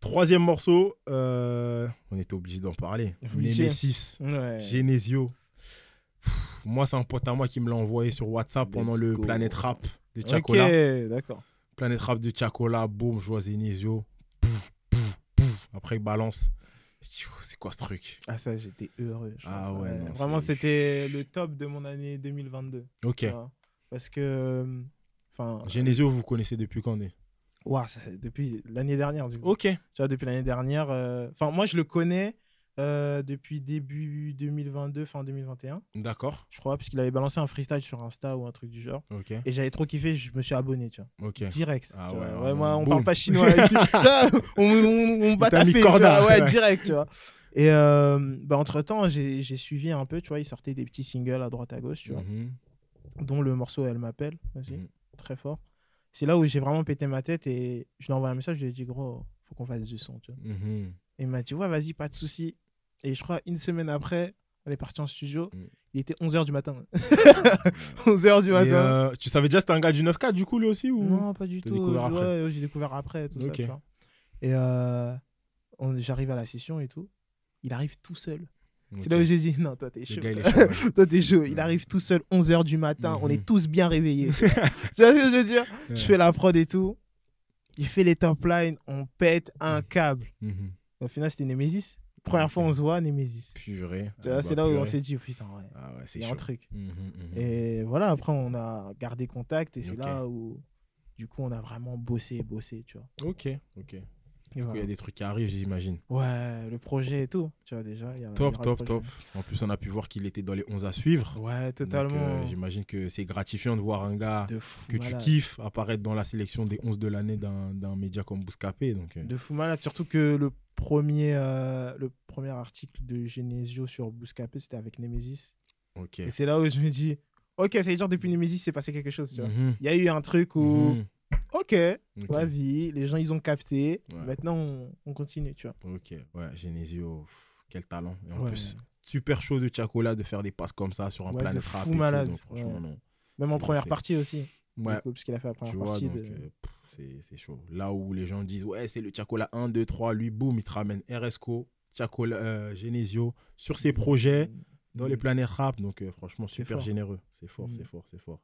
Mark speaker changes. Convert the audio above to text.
Speaker 1: Troisième morceau, euh, on était obligé d'en parler.
Speaker 2: Obligé. hein.
Speaker 1: Nemesis,
Speaker 2: Ouais.
Speaker 1: Genesio. Pff, moi, c'est un pote à moi qui me l'a envoyé sur WhatsApp pendant
Speaker 3: Let's
Speaker 1: le
Speaker 3: go.
Speaker 1: Planet Rap de Chacola.
Speaker 2: Ok, d'accord.
Speaker 1: Planet Rap de Chacola, boum, je vois Genesio. Pouf, pouf, pouf. Après, il balance. Je dis, Oh, c'est quoi ce truc
Speaker 2: Ah ça, j'étais heureux. je
Speaker 1: Ah
Speaker 2: pense,
Speaker 1: ouais, non,
Speaker 2: Vraiment,
Speaker 1: c'est-
Speaker 2: c'était le top de mon année 2022.
Speaker 1: Ok.
Speaker 2: tu vois. Parce que, euh, enfin,
Speaker 1: Genesio, vous connaissez depuis quand on est
Speaker 2: ouah, ça- depuis l'année dernière, du coup.
Speaker 1: Ok.
Speaker 2: Tu vois, depuis l'année dernière, euh, enfin, moi, je le connais euh, depuis début 2022, fin 2021,
Speaker 1: D'accord.
Speaker 2: je crois, puisqu'il avait balancé un freestyle sur Insta ou un truc du genre.
Speaker 1: Ok.
Speaker 2: Et j'avais trop kiffé, je me suis abonné, tu vois.
Speaker 1: Ok.
Speaker 2: Direct.
Speaker 1: Ah
Speaker 2: tu vois.
Speaker 1: ouais,
Speaker 2: Ouais,
Speaker 1: vraiment,
Speaker 2: moi, on
Speaker 1: boum.
Speaker 2: parle pas chinois. ici. Ça, on, on, on bat
Speaker 1: t'a
Speaker 2: ta
Speaker 1: mis
Speaker 2: fée, tu vois.
Speaker 1: corda.
Speaker 2: Ouais,
Speaker 1: Ouais.
Speaker 2: direct, tu vois. Et euh, bah, entre-temps, j'ai j'ai suivi un peu, tu vois, il sortait des petits singles à droite à gauche, tu vois,
Speaker 1: Mhm.
Speaker 2: dont le morceau Elle m'appelle, aussi,
Speaker 1: Mhm.
Speaker 2: très fort. C'est là où j'ai vraiment pété ma tête et je lui ai envoyé un message, je lui ai dit, gros, faut qu'on fasse du son, tu vois.
Speaker 1: Mhm.
Speaker 2: Et il m'a dit, ouais, vas-y, pas de souci. Et je crois, une semaine après, on est parti en studio,
Speaker 1: Mhm.
Speaker 2: il était 11h du matin. 11h du
Speaker 1: Et,
Speaker 2: matin.
Speaker 1: euh, tu savais déjà c'était un gars du 9K du coup lui aussi ou
Speaker 2: Non, pas du
Speaker 1: T'as
Speaker 2: tout.
Speaker 1: découvert
Speaker 2: Je-
Speaker 1: après.
Speaker 2: ouais, j'ai découvert après tout ça,
Speaker 1: Ok.
Speaker 2: tu vois. Et euh, on- j'arrive à la session et tout. Il arrive tout seul.
Speaker 1: Ok.
Speaker 2: C'est là où j'ai dit non, toi t'es chaud.
Speaker 1: Le gars il est chaud. ouais.
Speaker 2: Toi t'es chaud.
Speaker 1: Ouais.
Speaker 2: Il arrive tout seul, 11h du matin. On
Speaker 1: Mhm.
Speaker 2: est tous bien réveillés. tu vois Tu vois ce que je veux dire Je fais la prod et tout. Il fait les top lines. On pète un câble.
Speaker 1: Mhm.
Speaker 2: Au final, c'était Nemesis. Première fois, on se voit, Nemesis.
Speaker 1: Purée.
Speaker 2: Tu vois,
Speaker 1: Ah
Speaker 2: c'est
Speaker 1: bah,
Speaker 2: là où on
Speaker 1: purée.
Speaker 2: s'est dit, oh, putain, ouais,
Speaker 1: Ah ouais, c'est
Speaker 2: il y a
Speaker 1: chaud.
Speaker 2: un truc.
Speaker 1: Mhm, mhm.
Speaker 2: Et voilà, après, on a gardé contact et c'est
Speaker 1: Ok.
Speaker 2: là où, du coup, on a vraiment bossé et bossé, tu vois.
Speaker 1: Ok, ok. Du coup,
Speaker 2: Et
Speaker 1: Il y
Speaker 2: voilà.
Speaker 1: a des trucs qui arrivent, j'imagine.
Speaker 2: Ouais, le projet et tout, tu vois, déjà. il y a- il y
Speaker 1: Top,
Speaker 2: aura le
Speaker 1: top, top.
Speaker 2: projet.
Speaker 1: En plus, on a pu voir qu'il était dans les 11 à suivre.
Speaker 2: Ouais,
Speaker 1: Donc,
Speaker 2: totalement.
Speaker 1: euh, J'imagine que c'est gratifiant de voir un gars
Speaker 2: de fou
Speaker 1: que
Speaker 2: malade.
Speaker 1: tu kiffes apparaître dans la sélection des 11 de l'année d'un d'un média comme Bouscapé. Donc, euh,
Speaker 2: De fou malade, surtout que le premier, euh, le premier article de Genesio sur Bouscapé, c'était avec Nemesis.
Speaker 1: ok.
Speaker 2: Et c'est là où je me dis, ok, ça veut dire depuis Nemesis, c'est passé quelque chose, tu vois.
Speaker 1: Mhm,
Speaker 2: Il y a eu un truc où,
Speaker 1: mhm.
Speaker 2: ok,
Speaker 1: Ok,
Speaker 2: vas-y, les gens, ils ont capté.
Speaker 1: Ouais.
Speaker 2: Maintenant, on, on continue, tu vois.
Speaker 1: ok. Ouais, Genesio, pff, quel talent. Et en
Speaker 2: Ouais.
Speaker 1: plus, super chaud de Chacola de faire des passes comme ça sur un
Speaker 2: Ouais,
Speaker 1: planet
Speaker 2: de
Speaker 1: rap.
Speaker 2: fou
Speaker 1: et tout,
Speaker 2: malade,
Speaker 1: donc, franchement,
Speaker 2: ouais.
Speaker 1: non.
Speaker 2: Même en
Speaker 1: C'est-
Speaker 2: première
Speaker 1: c'est-
Speaker 2: partie aussi.
Speaker 1: Ouais,
Speaker 2: Du coup, parce qu'il a fait la première
Speaker 1: Tu vois,
Speaker 2: partie
Speaker 1: donc
Speaker 2: de-
Speaker 1: euh, pff, c'est c'est chaud. Là où les gens disent, ouais, c'est le Chacola 1, 2, 3, lui, boum, il te ramène RSCO, Chacola, euh, Genesio, sur ses projets, dans les planètes rap. Donc, euh, franchement, super
Speaker 2: Mm. fort.
Speaker 1: généreux. C'est fort,
Speaker 2: Mm.
Speaker 1: c'est fort, c'est fort.